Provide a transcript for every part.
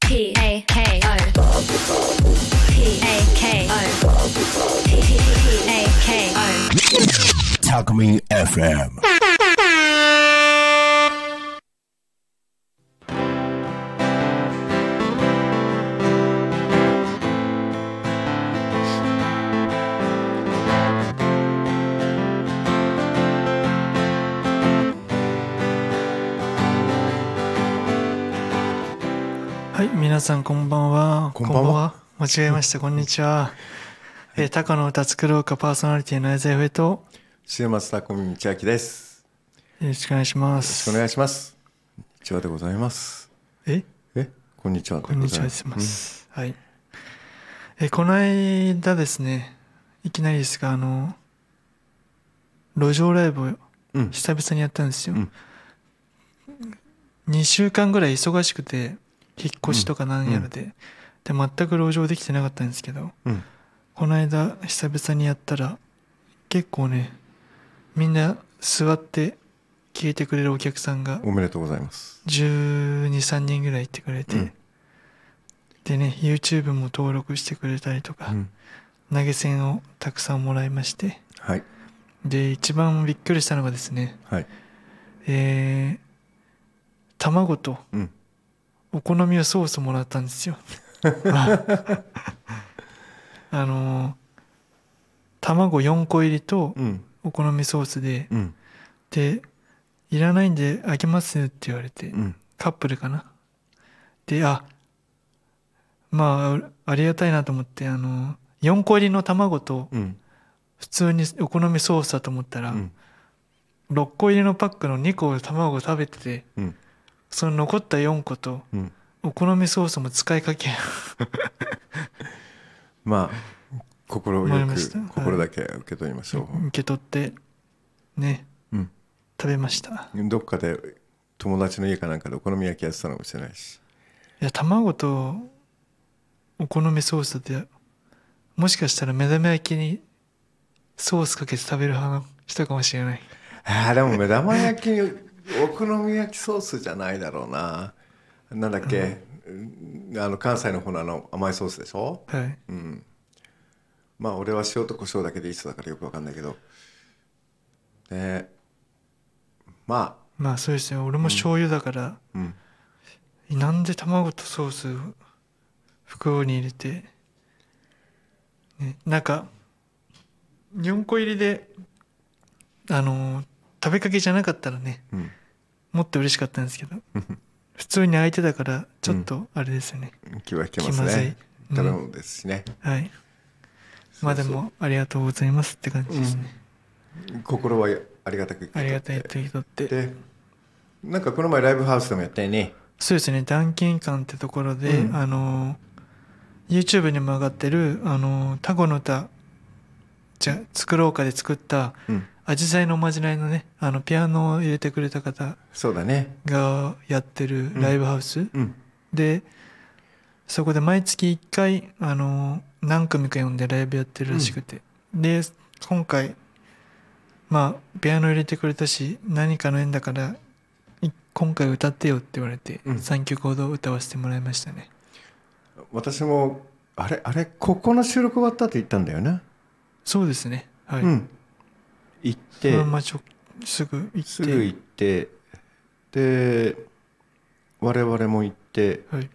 P A K O. P A K O. P A K O. Takumi FM. はい、皆さんこんばんは。こんばんは間違えました。こんにちは。えー、タカの歌作ろうかパーソナリティのエゼフェと、週末たこみみちあきです。よろしくお願いしまおす。願いします。こんにちはでございます。ええ、こんにちはでごこざいんまにす。ちはします。はい。えー、この間ですね、いきなりですが、あの、路上ライブをうん。久々にやったんですよ。うん2週間ぐらい忙しくて、引っ越しとかなんやらで、で、全く路上できてなかったんですけど、うん。この間久々にやったら結構ねみんな座って聞いてくれるお客さんがおめでとうございます。 1 2 3人ぐらいいてくれて、うんでね YouTube も登録してくれたりとか、うん投げ銭をたくさんもらいましてはい。で一番びっくりしたのがですねはい。えー、卵とうん。お好みのソースもらったん ですよあのー卵4個入りと、うん。お好みソースで、うん。で、いらないんであげますって言われて、うん。カップルかな。で、あ、まあ、ありがたいなと思って、あの、4個入りの卵と、うん。普通にお好みソースだと思ったら、うん。 6個入りのパックの2個卵を食べてて、うん。その残った4個と、うん。お好みソースも使いかけ、まあ、心を思いよまくしたはい、心だけ受け取りましょ受け取って、ね、う。うん。食べました。どっかで友達の家かなんかでお好み焼きやってたのかもしれないし。いや卵とお好みソースでもしかしたら目玉焼きにソースかけて食べる派の人かもしれないあーでも目玉焼きお好み焼きソースじゃないだろうななんだっけ、うんあの関西の方のあの甘いソースでしょはいうんまあ俺は塩と胡椒だけでいい人だからよくわかんないけどでままあそうですよ俺も醤油だから、あうんなんで卵とソースを袋に入れて、ね、なんか4個入りであのー食べかけじゃなかったらねうんもっと嬉しかったんですけど普通に空いてたからちょっとあれですよね、気は引けます気まずいねうん食べ物ですしね、はい。まあでも、ありがとうございますって感じですね。心はありがたく受けあ取りがってたいと受け取って。でなんかこの前ライブハウスでもやったよねそうですね、断金館ってところで、うんあのー、YouTube にも上がってる、あのー、タコの歌、じゃ、作ろうかで作った、うんアジサイのおまじないのね、あの、ピアノを入れてくれた方そうだねがやってるライブハウス、うんで、そこで毎月1回、あのー何組か呼んでライブやってるらしくて、で今回まあピアノ入れてくれたし何かの縁だからい今回歌ってよって言われて、うん3曲ほど歌わせてもらいましたね私もあれあれここの収録終わったって言ったんだよね、そうですねはい、うん行っそてのままちょすぐ行ってすぐ行ってで我々も行ってはい、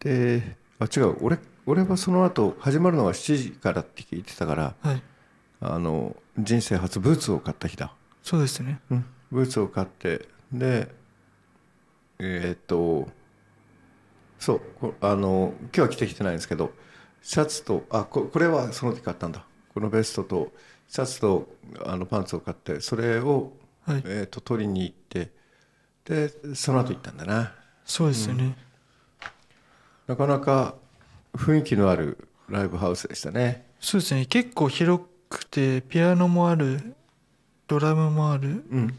であ違う俺俺はその後始まるのが7時からって聞いてたからはい、あの人生初ブーツを買った日だ、そうですねうん、ブーツを買ってでえーっとそうこあの今日は着てきてないんですけどシャツとあここれはその時買ったんだこのベストとシャツとあのパンツを買ってそれを、はいえー、と取りに行ってでその後行ったんだなそうですよね、なかなか雰囲気のあるライブハウスでしたねそうですね結構広くてピアノもあるドラムもあるうん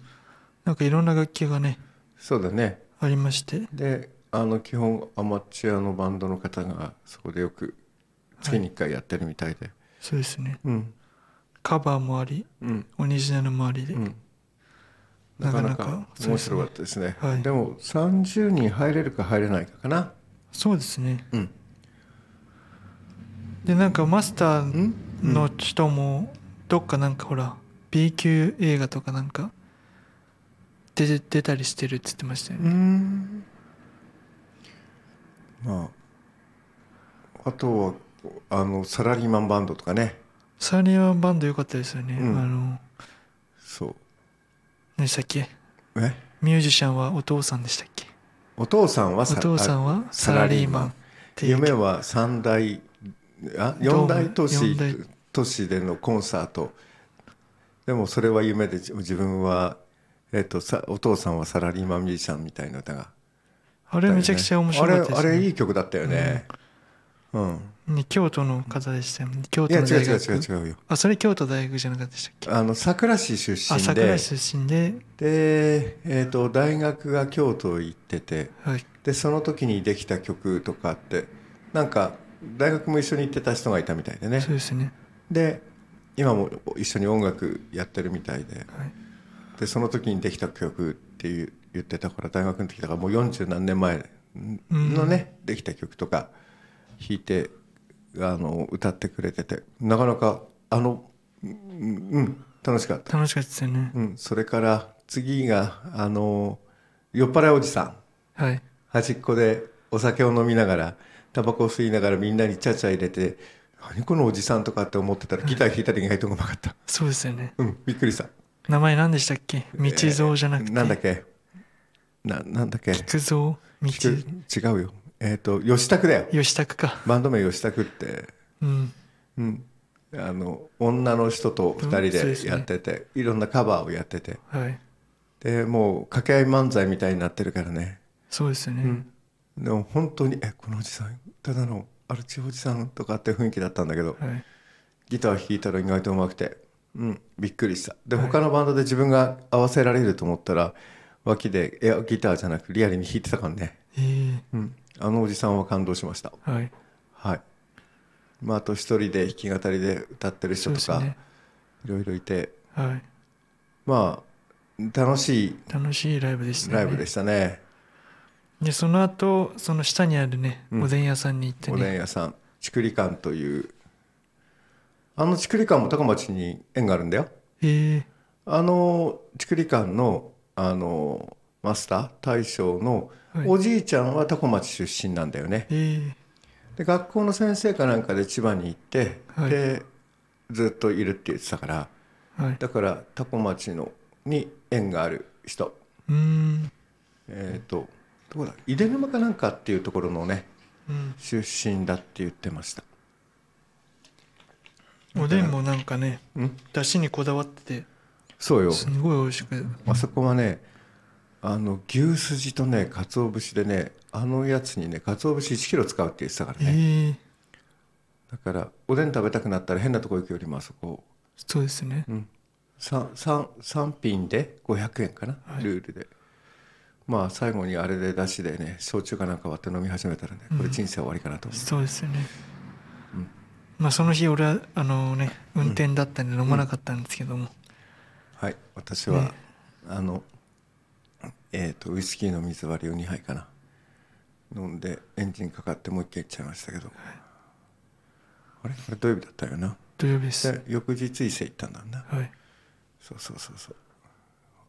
なんかいろんな楽器がねそうだねありましてであの基本アマチュアのバンドの方がそこでよく月に1回やってるみたいで、そうですねうんカバーもありうんオリジナルもありで、うんななかかななかか面白かったですねそうですねはいでも30人入れるか入れないかかなそうですねうんでなんかマスターんの人もどっかなんかほら B 級映画とかなんか出て出たりしてるって言ってましたようーねんまああとはあのサラリーマンバンドとかねサラリーマンバンド良かったですよね、うんあのそ何でしたっけうねミュージシャンはお父さんでしたっけお父さんはおさ父さんはあサラリーマンっていう夢は三大あドーム四大都市四大都市でのコンサートでもそれは夢でじ自分は、えっとさお父さんはサラリーマンミュージシャンみたいな歌がああれめちゃくちゃ面白かったです、ね、あれあれいい曲だったよねうん、ね京都の方でしたよね京い都やの違大う違う学違う違うよあそれ京都大学じゃなかったでしたっけあの桜市出あ身桜で井出身で、で、えー、と大学が京都行っててはい、でその時にできた曲とかってなんか大学も一緒に行ってた人がいたみたいでねそうですね、で今も一緒に音楽やってるみたいではい、でその時にできた曲っていう言ってたから大学の時だからもう40何年前のね、できた曲とか弾いてあの歌ってくれててなかなかあのうん、うん、楽しかった。楽しかったですよね、うん、それから次があの酔っ払いおじさんはい端っこでお酒を飲みながらタバコを吸いながらみんなにちゃちゃ入れて何このおじさんとかって思ってたらギター弾いたら意外とうまかったそうですよねうんびっくりした名前何でしたっけ道蔵じゃなくて、なんだっけななんだっけ菊蔵道聞く違うよえっ、と吉田区だよ吉拓かバンド名吉田区ってうんうんあの女の人と二うんそうで人すでねやってて、いろんなカバーをやっててはいでもう掛け合い漫才みたいになってるからねそうですよね、でも本当に「えこのおじさんただのアルチおじさん」とかって雰囲気だったんだけど、はいギター弾いたら意外とうまくて、うん、びっくりしたで、他のバンドで自分が合わせられると思ったら脇でエアギターじゃなくリアルに弾いてたからね、えーうん、あのおじさんは感動しましたはいはい、まあ、あと一人で弾き語りで歌ってる人とそうか、ですねいろいろいてはいまあ楽しい楽しいライブでしたねライブでしたねでその後その下にあるね、うんおでん屋さんに行っておでんね屋さんちくり館というあのちくり館も高町に縁があるんだよえー、あのちくり館のあのマスター大将のはいおじいちゃんは多古町出身なんだよね、えー、で学校の先生かなんかで千葉に行って、はいでずっといるって言ってたからはいだから多古町のに縁がある人うーんえっ、とどこだ井出沼かなんかっていうところのねうん出身だって言ってましたおでんもなんかねうんだしにこだわっててそうよすごい美味しくあそこはねあの牛すじとね鰹節でねあのやつにね鰹節1キロ使うって言ってたからえね、ー、だからおでん食べたくなったら変なとこ行くよりもあそこそうですね、うん、3, 三三品で500円かな、ルールでまあ最後にあれで出汁でね焼酎かなんか割って飲み始めたらねこれ人生終わりかなと思う、そうですよね、まあその日俺はあのね運転だったんで飲まなかったんですけども、はい私は、ねあのえっ、とウイスキーの水割りを2杯かな飲んでエンジンかかってもう一回行っちゃいましたけど、あれこれ土曜日だったよな土曜日です、で翌日伊勢行ったんだなはいそうそうそうそう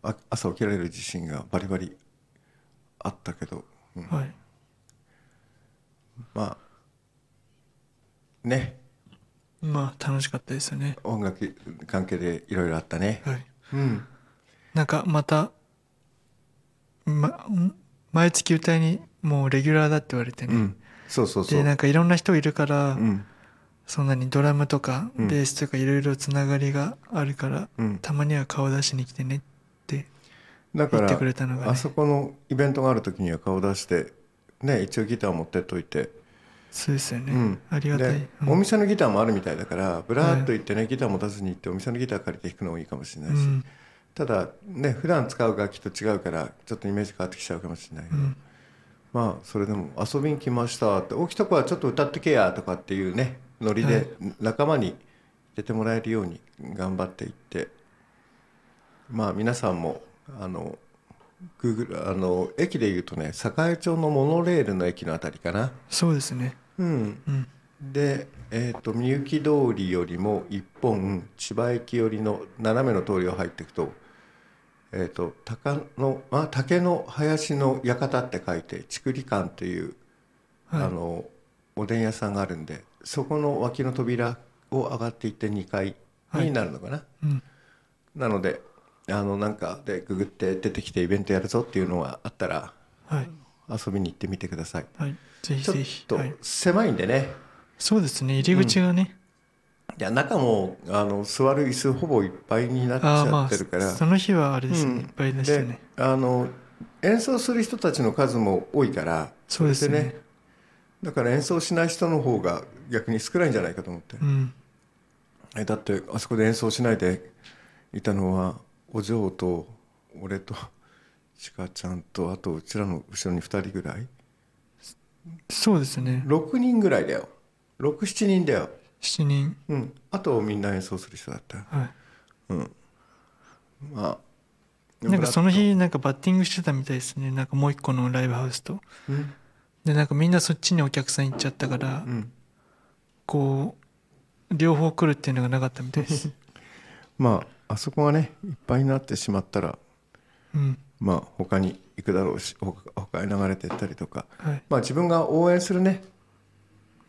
あ朝起きられる自信がバリバリあったけど、うんはいまあねまあ楽しかったですよね音楽関係でいろいろあったね、はいうんなんかまた、ま、ん毎月歌いにもうレギュラーだって言われてね、うんそうそうそうでなんかいろんな人いるから、うんそんなにドラムとかうんベースとかいろいろつながりがあるから、うんたまには顔出しに来てねってだか言っらてくれたのがねあそこのイベントがある時には顔出してね一応ギター持ってっといて、そうですよね、うんありがたいで、うんお店のギターもあるみたいだからブラーっと行ってね、ギター持たずに行ってお店のギター借りて弾くのもいいかもしれなういし、んただね普段使う楽器と違うからちょっとイメージ変わってきちゃうかもしれないけど、うんまあそれでも「遊びに来ました」って「起きた子はちょっと歌ってけや」とかっていうねノリはいで仲間に出てもらえるように頑張っていってまあ皆さんもあの Google あの駅でいうとね栄町のモノレールの駅のあたりかなそうですねうんうんで、えー、とみゆき通りよりも一本千葉駅寄りの斜めの通りを入っていくと,、えー、と鷹のあ竹の林の館って書いて竹里館っていう、はいあのおでん屋さんがあるんでそこの脇の扉を上がっていって2階になるのかな、うんなのであのなんかでググって出てきてイベントやるぞっていうのがあったらはい遊びに行ってみてください。はいぜひちょっぜひ、とはい、狭いんでね、そうですね入り口がね、いや中もあの座る椅子ほぼいっぱいになっちああゃまってるから、あその日はあれですね、うんいっぱいでしたねであの演奏する人たちの数も多いからそうですねれだから演奏しない人の方が逆に少ないんじゃないかと思って、うんえだってあそこで演奏しないでいたのはお嬢と俺とちかちゃんとあとうちらの後ろに2人ぐらいそうですね6人ぐらいだよ67人だよ7人うんあとみんな演奏する人だったはまあいなんかその日なんかバッティングしてたみたいですねなんかもう一個のライブハウスとうんでなんかみんなそっちにお客さん行っちゃったから、うんこう両方来るっていうのがなかったみたいです まああそこがねいっぱいになってしまったらうんまあ他に行くだろうし他他へ流れてったりとか、はいまあ自分が応援するね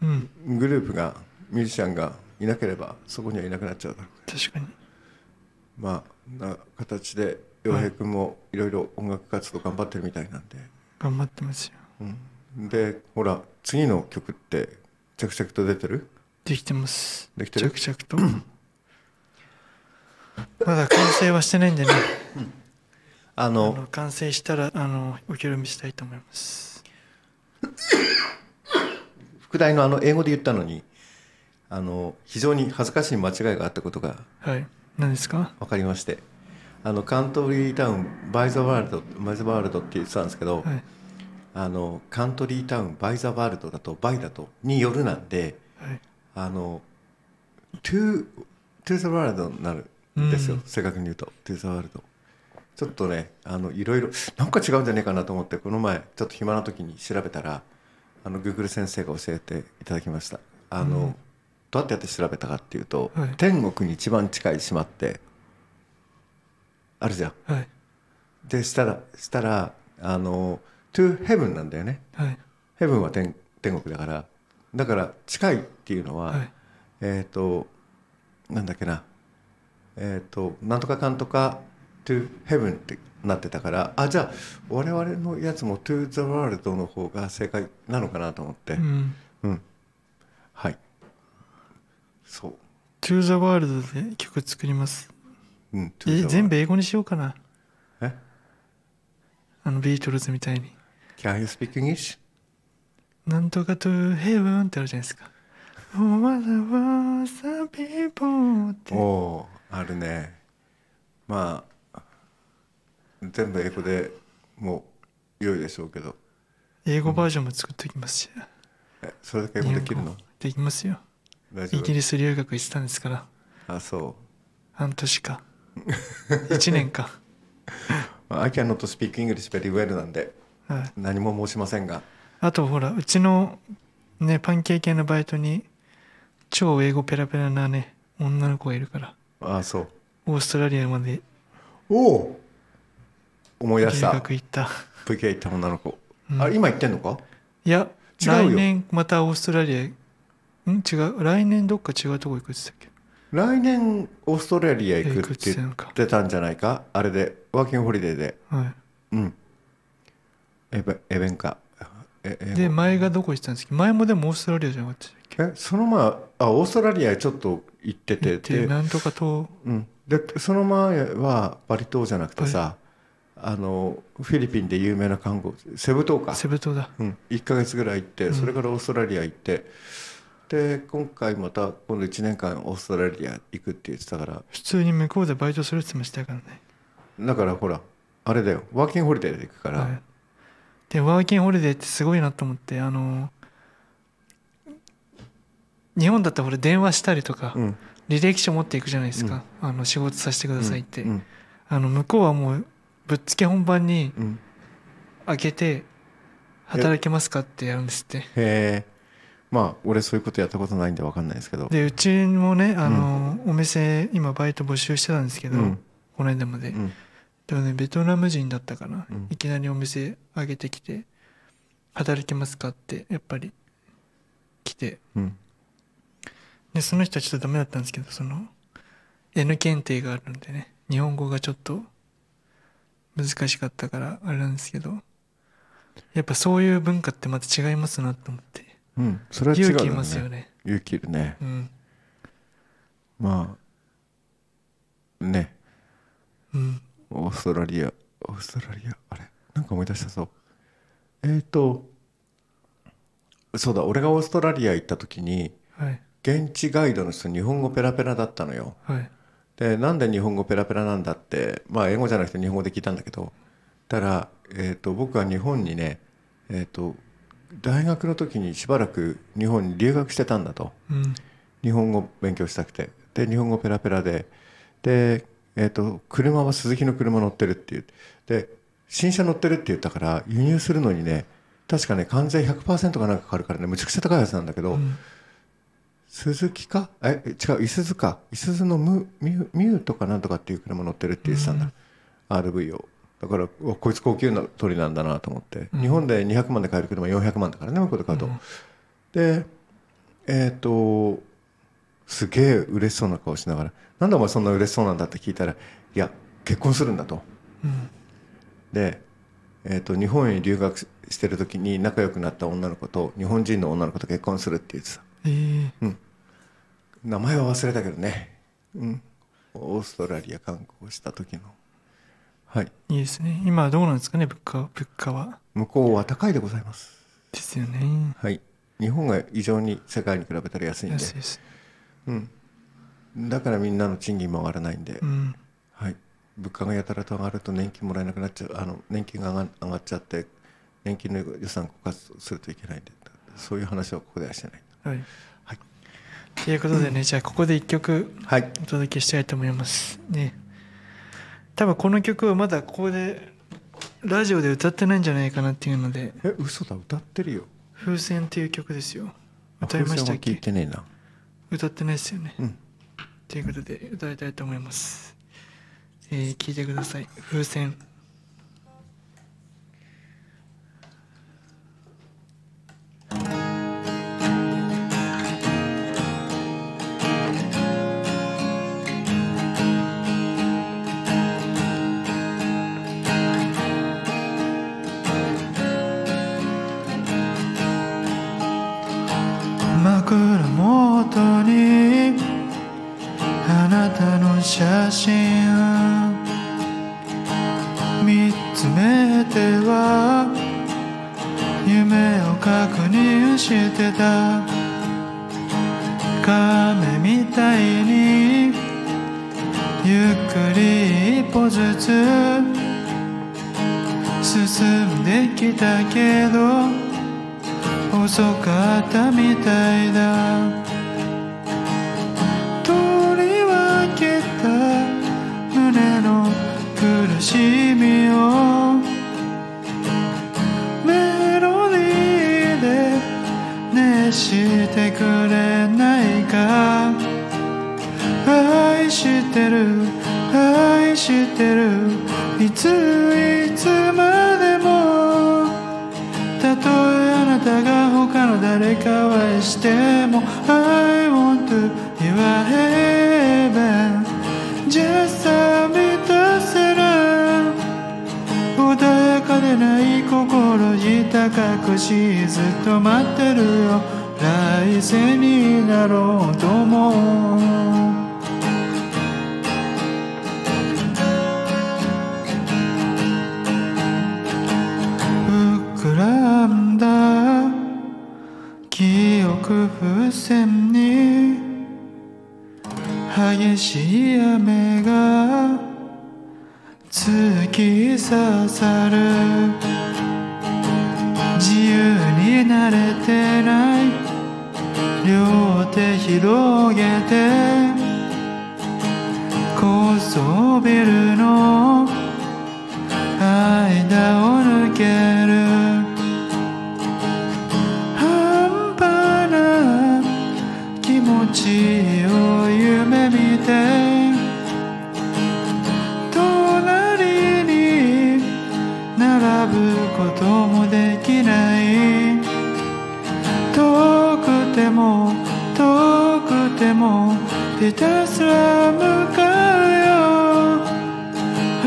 うんグループがミュージシャンがいなければそこにはいなくなっちゃうだろう確かにまあな形で洋平君もいろいろ音楽活動頑張ってるみたいなんで、頑張ってますよでほら次の曲って着々と出てるできてますできてる着々とまだ完成はしてないんでねああのの完成したらあのお披露目したいと思います副題のあの英語で言ったのにあの非常に恥ずかしい間違いがあったことがはい何ですか分かりましてあのカントリータウンバイザワールドバイザワールドって言ってたんですけど、はいあのカントリータウンバイザワールドだとバイだとによるなんではいあのトゥトゥザワールドになるんですよ、うん正確に言うとトゥザワールドちょっとねあのいろいろなんか違うんじゃねえかなと思ってこの前ちょっと暇な時に調べたらあの Google 先生が教えていただきましたあの、うんどうやってやって調べたかっていうと、はい天国に一番近い島ってあるじゃんはいでしたらしたらあのトゥヘブンなんだよねはいヘブンは天天国だからだから近いっていうのは、はいえっ、となんだっけなえっ、となんとかかんとか to heaven ってなってたからあじゃあ我々のやつも to the world の方が正解なのかなと思って、うんはいそう「To the World」で曲作りますうんえ全部部英語にしようかなえあのビートルズみたいに Can you speak English? なんとか to heaven ってあるじゃないですか。Oh, what about some people って。おはおーあるねまあ全部英語でもう良いでしょうけどい英語バージョンも作っておきますし。えそれだけ英語できるの日本語できますよ。大丈イギ夫リス留学行ってたんですから、あそう半年 か。1年か。まあ I cannot speak English very well なんではい、何も申しませんがあとほら、うちのね、パンケーキ屋のバイトに、超英語ペラペラなね、女の子がいるから、あそうオーストラリアまでおお思い出留した学行った。 VK 行った女の子、あ今行ってんのかいや、違うよ来年またオーストラリア、ん違う、来年どっか違うとこ行くって言ってたっけ来年オーストラリア行行くくっってて言言っってたんじゃないかあれでワーキングホリデーではうんエベエベンカえい、えで前がどこ行ってたんですっけ前もでもオーストラリアじゃなかったっけえその前あオーストラリアへちょっと行っててでなんとかとうん、でその前はバリ島じゃなくてさ、あのフィリピンで有名な観光地セブ島か、セブ島だうん、1ヶ月ぐらい行ってそれからオーストラリア行って、で今回また今度1年間オーストラリア行くって言ってたから普通に向こうでバイトするって言ってましたからね、だからほらあれだよワーキングホリデーで行くから、はい、でワーキングホリデーってすごいなと思ってあの日本だったらほら電話したりとか、うん履歴書持っていくじゃないですか、あの仕事させてくださいって、うんあの向こうはもうぶっつけ本番にうん開けて働けますかってやるんですってへえまあ俺そういうことやったことないんで分かんないですけどでうちもねあの、お店今バイト募集してたんですけど、うんこの間まで、うんでもねベトナム人だったかな、うんいきなりお店上げてきて働けますかってやっぱり来てうんでその人はちょっとダメだったんですけどその N 検定があるんでね日本語がちょっと難しかったからあれなんですけどやっぱそういう文化ってまた違いますなと思ってうんそれは違う勇だろう気いますよね勇気いるねうんまあねうんオーストラリアオーストラリアあれなんか思い出したぞえっ、ー、とそうだ俺がオーストラリア行った時にはい現地ガイドの人日本語ペラペラだったのよはいでなんで日本語ペラペラなんだってまあ英語じゃなくて日本語で聞いたんだけどたら、えー、と僕は日本にね、えー、と大学の時にしばらく日本に留学してたんだとうん日本語勉強したくてで日本語ペラペラでで、えー、と車は鈴木の車乗ってるっていうで新車乗ってるって言ったから輸入するのにね確かね関税100%かなんかかかるからねむちゃくちゃ高いやつなんだけど、うん鈴木かえ違ういすゞかいすゞのムミュミューとかなんとかっていう車乗ってるって言ってたんだ、RV をだからうわこいつ高級な鳥なんだなと思って、うん日本で200万で買える車400万だからね向こうで買うと、うんでえっ、とすげえ嬉しそうな顔しながら「なんでお前そんな嬉しそうなんだ?」って聞いたら「いや結婚するんだ」と。うんで、えー、と日本に留学ししてる時に仲良くなった女の子と日本人の女の子と結婚するって言ってたえー名前は忘れたけどね、うん、オーストラリア観光した時のはいいいですね今はどうなんですかね物価は物価は向こうは高いでございますですよねはい日本が異常に世界に比べたら安いんで安いですうん、だからみんなの賃金も上がらないんで、うんはい、物価がやたらと上がると年金もらえなくなっちゃうあの年金が上が上がっちゃって年金の予算枯渇するといけないんでそういう話はここではしてないはいはいということでね、じゃあここで一曲はいお届けしたいと思いますね多分この曲をまだここでラジオで歌ってないんじゃないかなっていうのでえ嘘だ歌ってるよ「風船」っていう曲ですよ歌いましたっ風船は聞けいてねえな歌ってないですよねうんということで歌いたいと思いますえー、聞いてください「風船」枕元にあなたの写真見つめては夢を確認してた亀みたいにゆっくり一歩ずつ進んできたけど遅かったみたいだ取り分けた胸の苦しみをメロディーで熱してくれないか愛してる愛してるいついつまでもたとえあなたが他の誰かを愛しても I want to you are heaven Just a little s e r 穏やかでない心豊くしずっと待ってるよ来世になろうと思う膨らんだ記憶風船に激しい雨が突き刺さる自由になれてない両手広げて高層ビルのても遠くてもひたすら向かうよ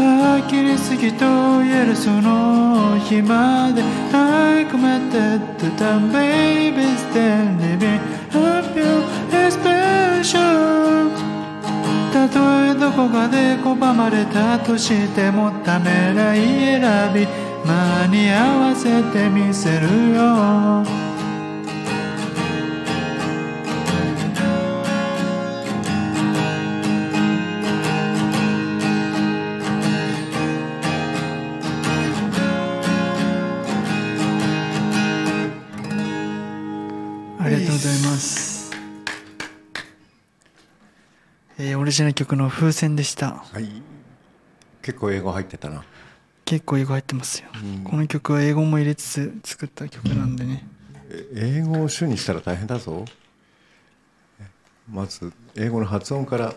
はっきり好きと言えるその日まで I committed to time babies then living happy and special たとえどこかで拒まれたとしてもためらい選び間に合わせてみせるよありがとうございます、えーオリジナル曲の「風船」でしたはい結構英語入ってたな結構英語入ってますよ、この曲は英語も入れつつ作った曲なんでね、え英語を主にしたら大変だぞまず英語の発音から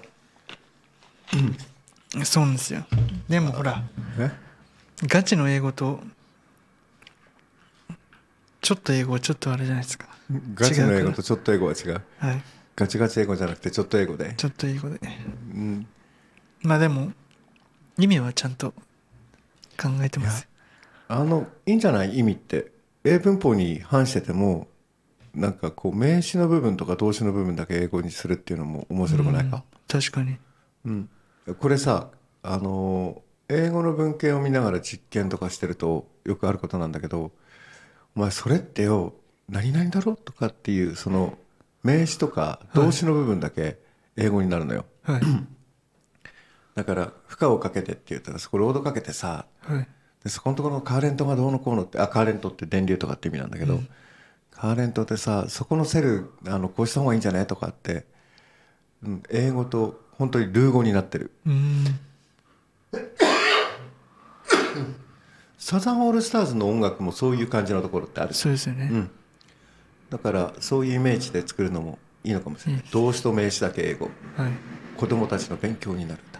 そうなんですよでもほらえガチの英語とちょっと英語はちょっとあれじゃないですかガチの英違う語かとちょっと英語は違うらはいガチガチ英語じゃなくてちょっと英語でちょっと英語でうんまあでも意味はちゃんと考えてますよあのいいんじゃない意味って英文法に反しててもなんかこう名詞の部分とか動詞の部分だけ英語にするっていうのも面白くないか、確かにうんこれさあの英語の文献を見ながら実験とかしてるとよくあることなんだけど「お前それってよ何々だろ?」とかっていうその名詞とか動詞の部分だけ英語になるのよ、はいだから負荷をかけてって言ったらそこロードかけてさはいでそこのところのカーレントがどうのこうのってあカーレントって電流とかって意味なんだけど、カーレントってさそこのセルあのこうした方がいいんじゃないとかって、うん、英語と本当にルー語になってるうーんサザンオールスターズの音楽もそういう感じのところってあるそうですよね、うん、だからそういうイメージで作るのもいいのかもしれない、動詞と名詞だけ英語はい子供たちの勉強になるんだ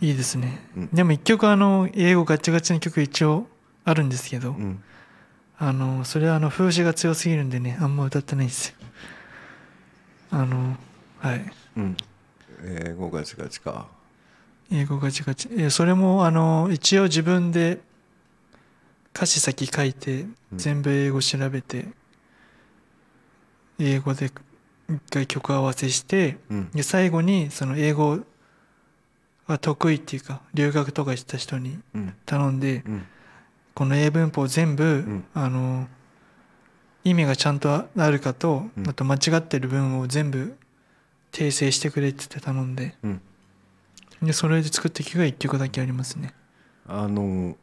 いいですね、うんでも一曲あの英語ガチガチの曲一応あるんですけど、うんあのそれはあの風刺が強すぎるんでねあんま歌ってないんですよあのはいうん英語が違う違う英語ガチガチ、えーそれもあの一応自分で歌詞先書いてうん全部英語調べて、英語で一回曲合わせして、うんで最後にその英語が得意っていうか留学とかした人にうん頼んで、うんこの英文法全部、んあの意味がちゃんとあるかと、うんあと間違ってる文を全部訂正してくれって言って頼んでうんでそれで作った曲が1曲だけありますねあの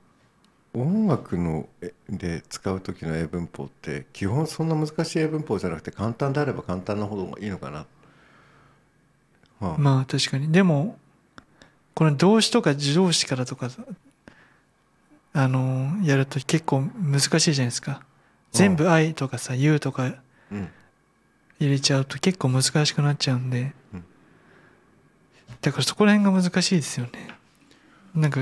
音楽のえで使う時の英文法って基本そんな難しい英文法じゃなくて簡単であれば簡単なほどいいのかな、はあまあ確かにでもこの動詞とか自動詞からとかあのやると結構難しいじゃないですか全部「I」とかさ「You」とかうん入れちゃうと結構難しくなっちゃうんで、うんだからそこら辺が難しいですよねなんか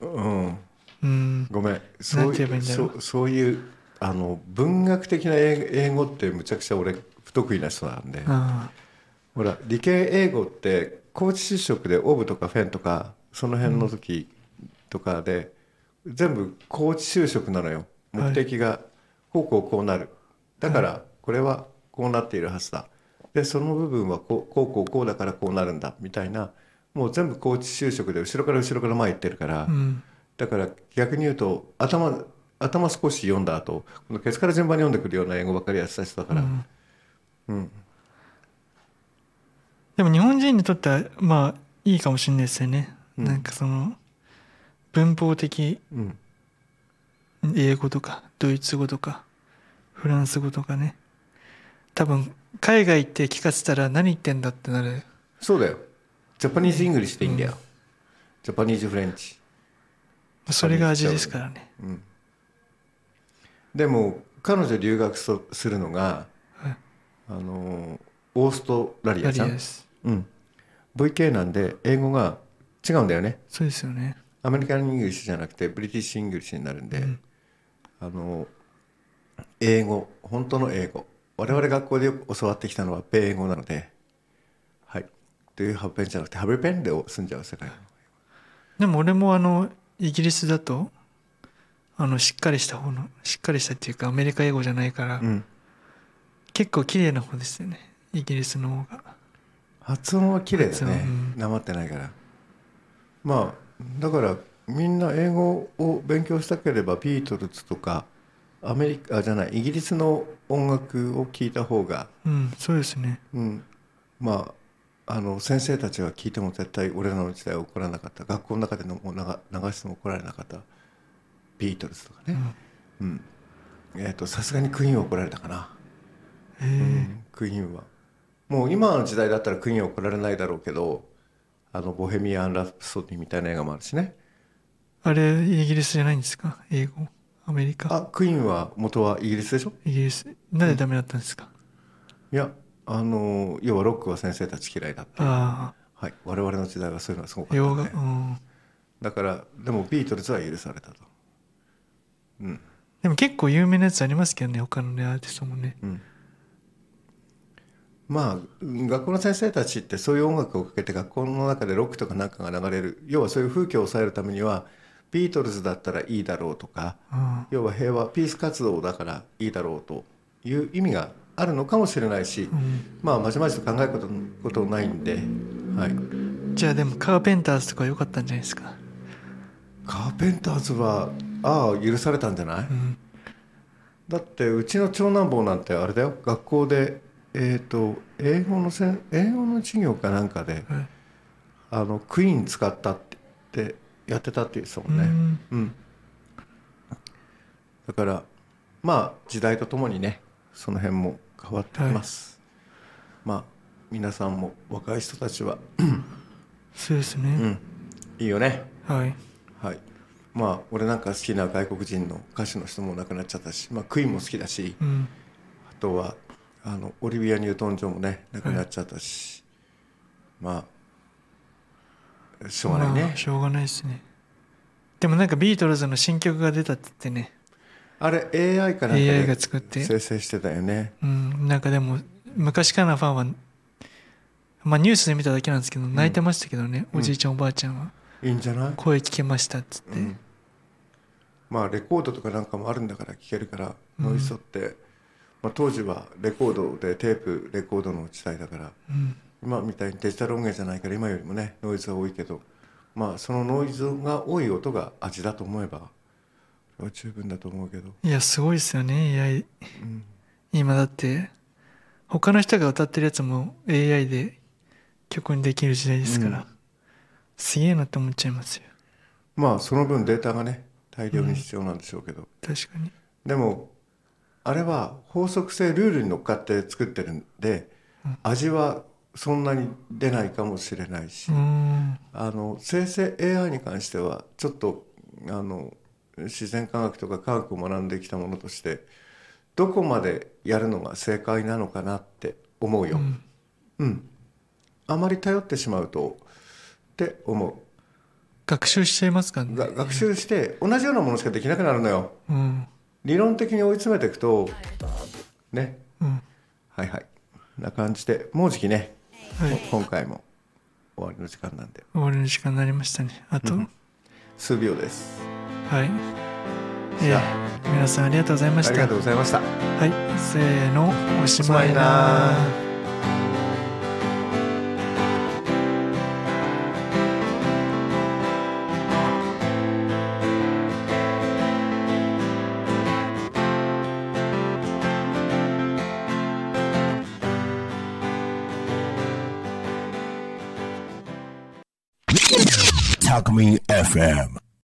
うんうんごめんそうて言えばいいんだろうそうそういうあの文学的な英英語ってむちゃくちゃ俺不得意な人なんで、あほら理系英語って高知就職でオブとかフェンとかその辺の時とかで、全部高知就職なのよはい目的がこうこうこうなるだからこれはこうなっているはずだでその部分はこうこうこうこうだからこうなるんだみたいなもう全部高知就職で後ろから後ろから前行ってるから。あうんだから逆に言うと頭頭少し読んだ後このケツから順番に読んでくるような英語ばっかりやってた人だから、うんうんでも日本人にとってはまあいいかもしれないですよね、うんなんかその文法的うん英語とかドイツ語とかフランス語とかね多分海外行って聞かせたら何言ってんだってなるそうだよジャパニーズ・イングリッシュでいいんだよ、ジャパニーズ・フレンチ、それが味ですからねうん、でも彼女留学そするのがはいあのーオーストラリやアりじゃやんで、すうん、VK なんで英語が違うんだよねそうですよねアメリカン・イングリッシュじゃなくてブリティッシュ・イングリッシュになるんで、うんあの英語本当の英語我々学校でよく教わってきたのは米語なのではいというハブペンじゃなくてハブペンで済んじゃう世界でも俺もあのイギリスだとあのしっかりした方のしっかりしたっていうかアメリカ英語じゃないから、うん結構綺麗な方ですよねイギリスの方が発音は綺麗発だ音ねなまってないからまあだからみんな英語を勉強したければビートルズとかアメリカあじゃないイギリスの音楽を聴いた方がうんそうですねうん、まああの先生たちは聞いても絶対俺らの時代は怒らなかった学校の中でのもう流流しても怒られなかったビートルズとかねうん、えっ、とさすがにクイーンは怒られたかな、へえうんクイーンはもう今の時代だったらクイーンは怒られないだろうけどあのボヘミアン・ラプソディみたいな映画もあるしねあれイギリスじゃないんですか英語アメリカあクイーンは元はイギリスでしょイギリスなんでダメだったんですか、いやあの要はロックは先生たち嫌いだっていう、あはい、我々の時代はそういうのがすごあかった洋ん画で、うんだからでもビートルズは許されたと、でも結構有名なやつありますけどね他のねアーティストもねうん、まあうん学校の先生たちってそういう音楽をかけて学校の中でロックとかなんかが流れる要はそういう風景を抑えるためにはビートルズだったらいいだろうとかうん要は平和ピース活動だからいいだろうという意味があるのかもしれないし、まあまちまちと考えることことないんで、はい、じゃあでもカーペンターズとか良かったんじゃないですかカーペンターズはああ許されたんじゃない、んだってうちの長男坊なんてあれだよ学校でえっ、と英語のせん英語の授業かなんかで、はいあのクイーン使ったってってやってたって言ってたもんねうんうんだからまあ時代とともにねその辺も変わってきます、まあ皆さんも若い人たちはそうですうね、んいいよねはいはい、まあ俺なんか好きな外国人の歌手の人も亡くなっちゃったし、まあ、クイーンも好きだし、うんあとはあのオリビア・ニュートン・ジョンもね亡くなっちゃったし、まあしょうがないね、まあしょうがないですねでもなんかビートルズの新曲が出たって言ってねあれ AI かなんかで AI が作って生成してたよねうんなんかでも昔からのファンはまあニュースで見ただけなんですけど泣いてましたけどね、おじいちゃんおばあちゃんは、いいんじゃない声聞けましたっつって、うんまあレコードとかなんかもあるんだから聴けるからノイソって、まあ、当時はレコードでテープレコードの時代だから、今みたいにデジタル音源じゃないから今よりもねノイズは多いけどまあそのノイズが多い音が味だと思えばそれは十分だと思うけどいやすごいですよね AI、今だって他の人が歌ってるやつも AI で曲にできる時代ですから、うんすげえなって思っちゃいますよまあその分データがね大量に必要なんでしょうけど、確かにでもあれは法則性ルールに乗っかって作ってるんで味はそんなに出ないかもしれないし、うんあの生成 AI に関してはちょっとあの自然科学とか科学を学んできたものとしてどこまでやるのが正解なのかなって思うよ。うん、あまり頼ってしまうとって思学習しちゃいますからう。ねが学習して同じようなものしかできなくなるのよ。うん理論的に追い詰めていくとねうんはいはいな感じでもうじきね、はい今回も終わりの時間なんで終わりの時間になりましたねあと、数秒です。はいじえゃー皆さんありがとうございまあしりたがとうございました。はいせーのおしまいおしまいななータクミ FM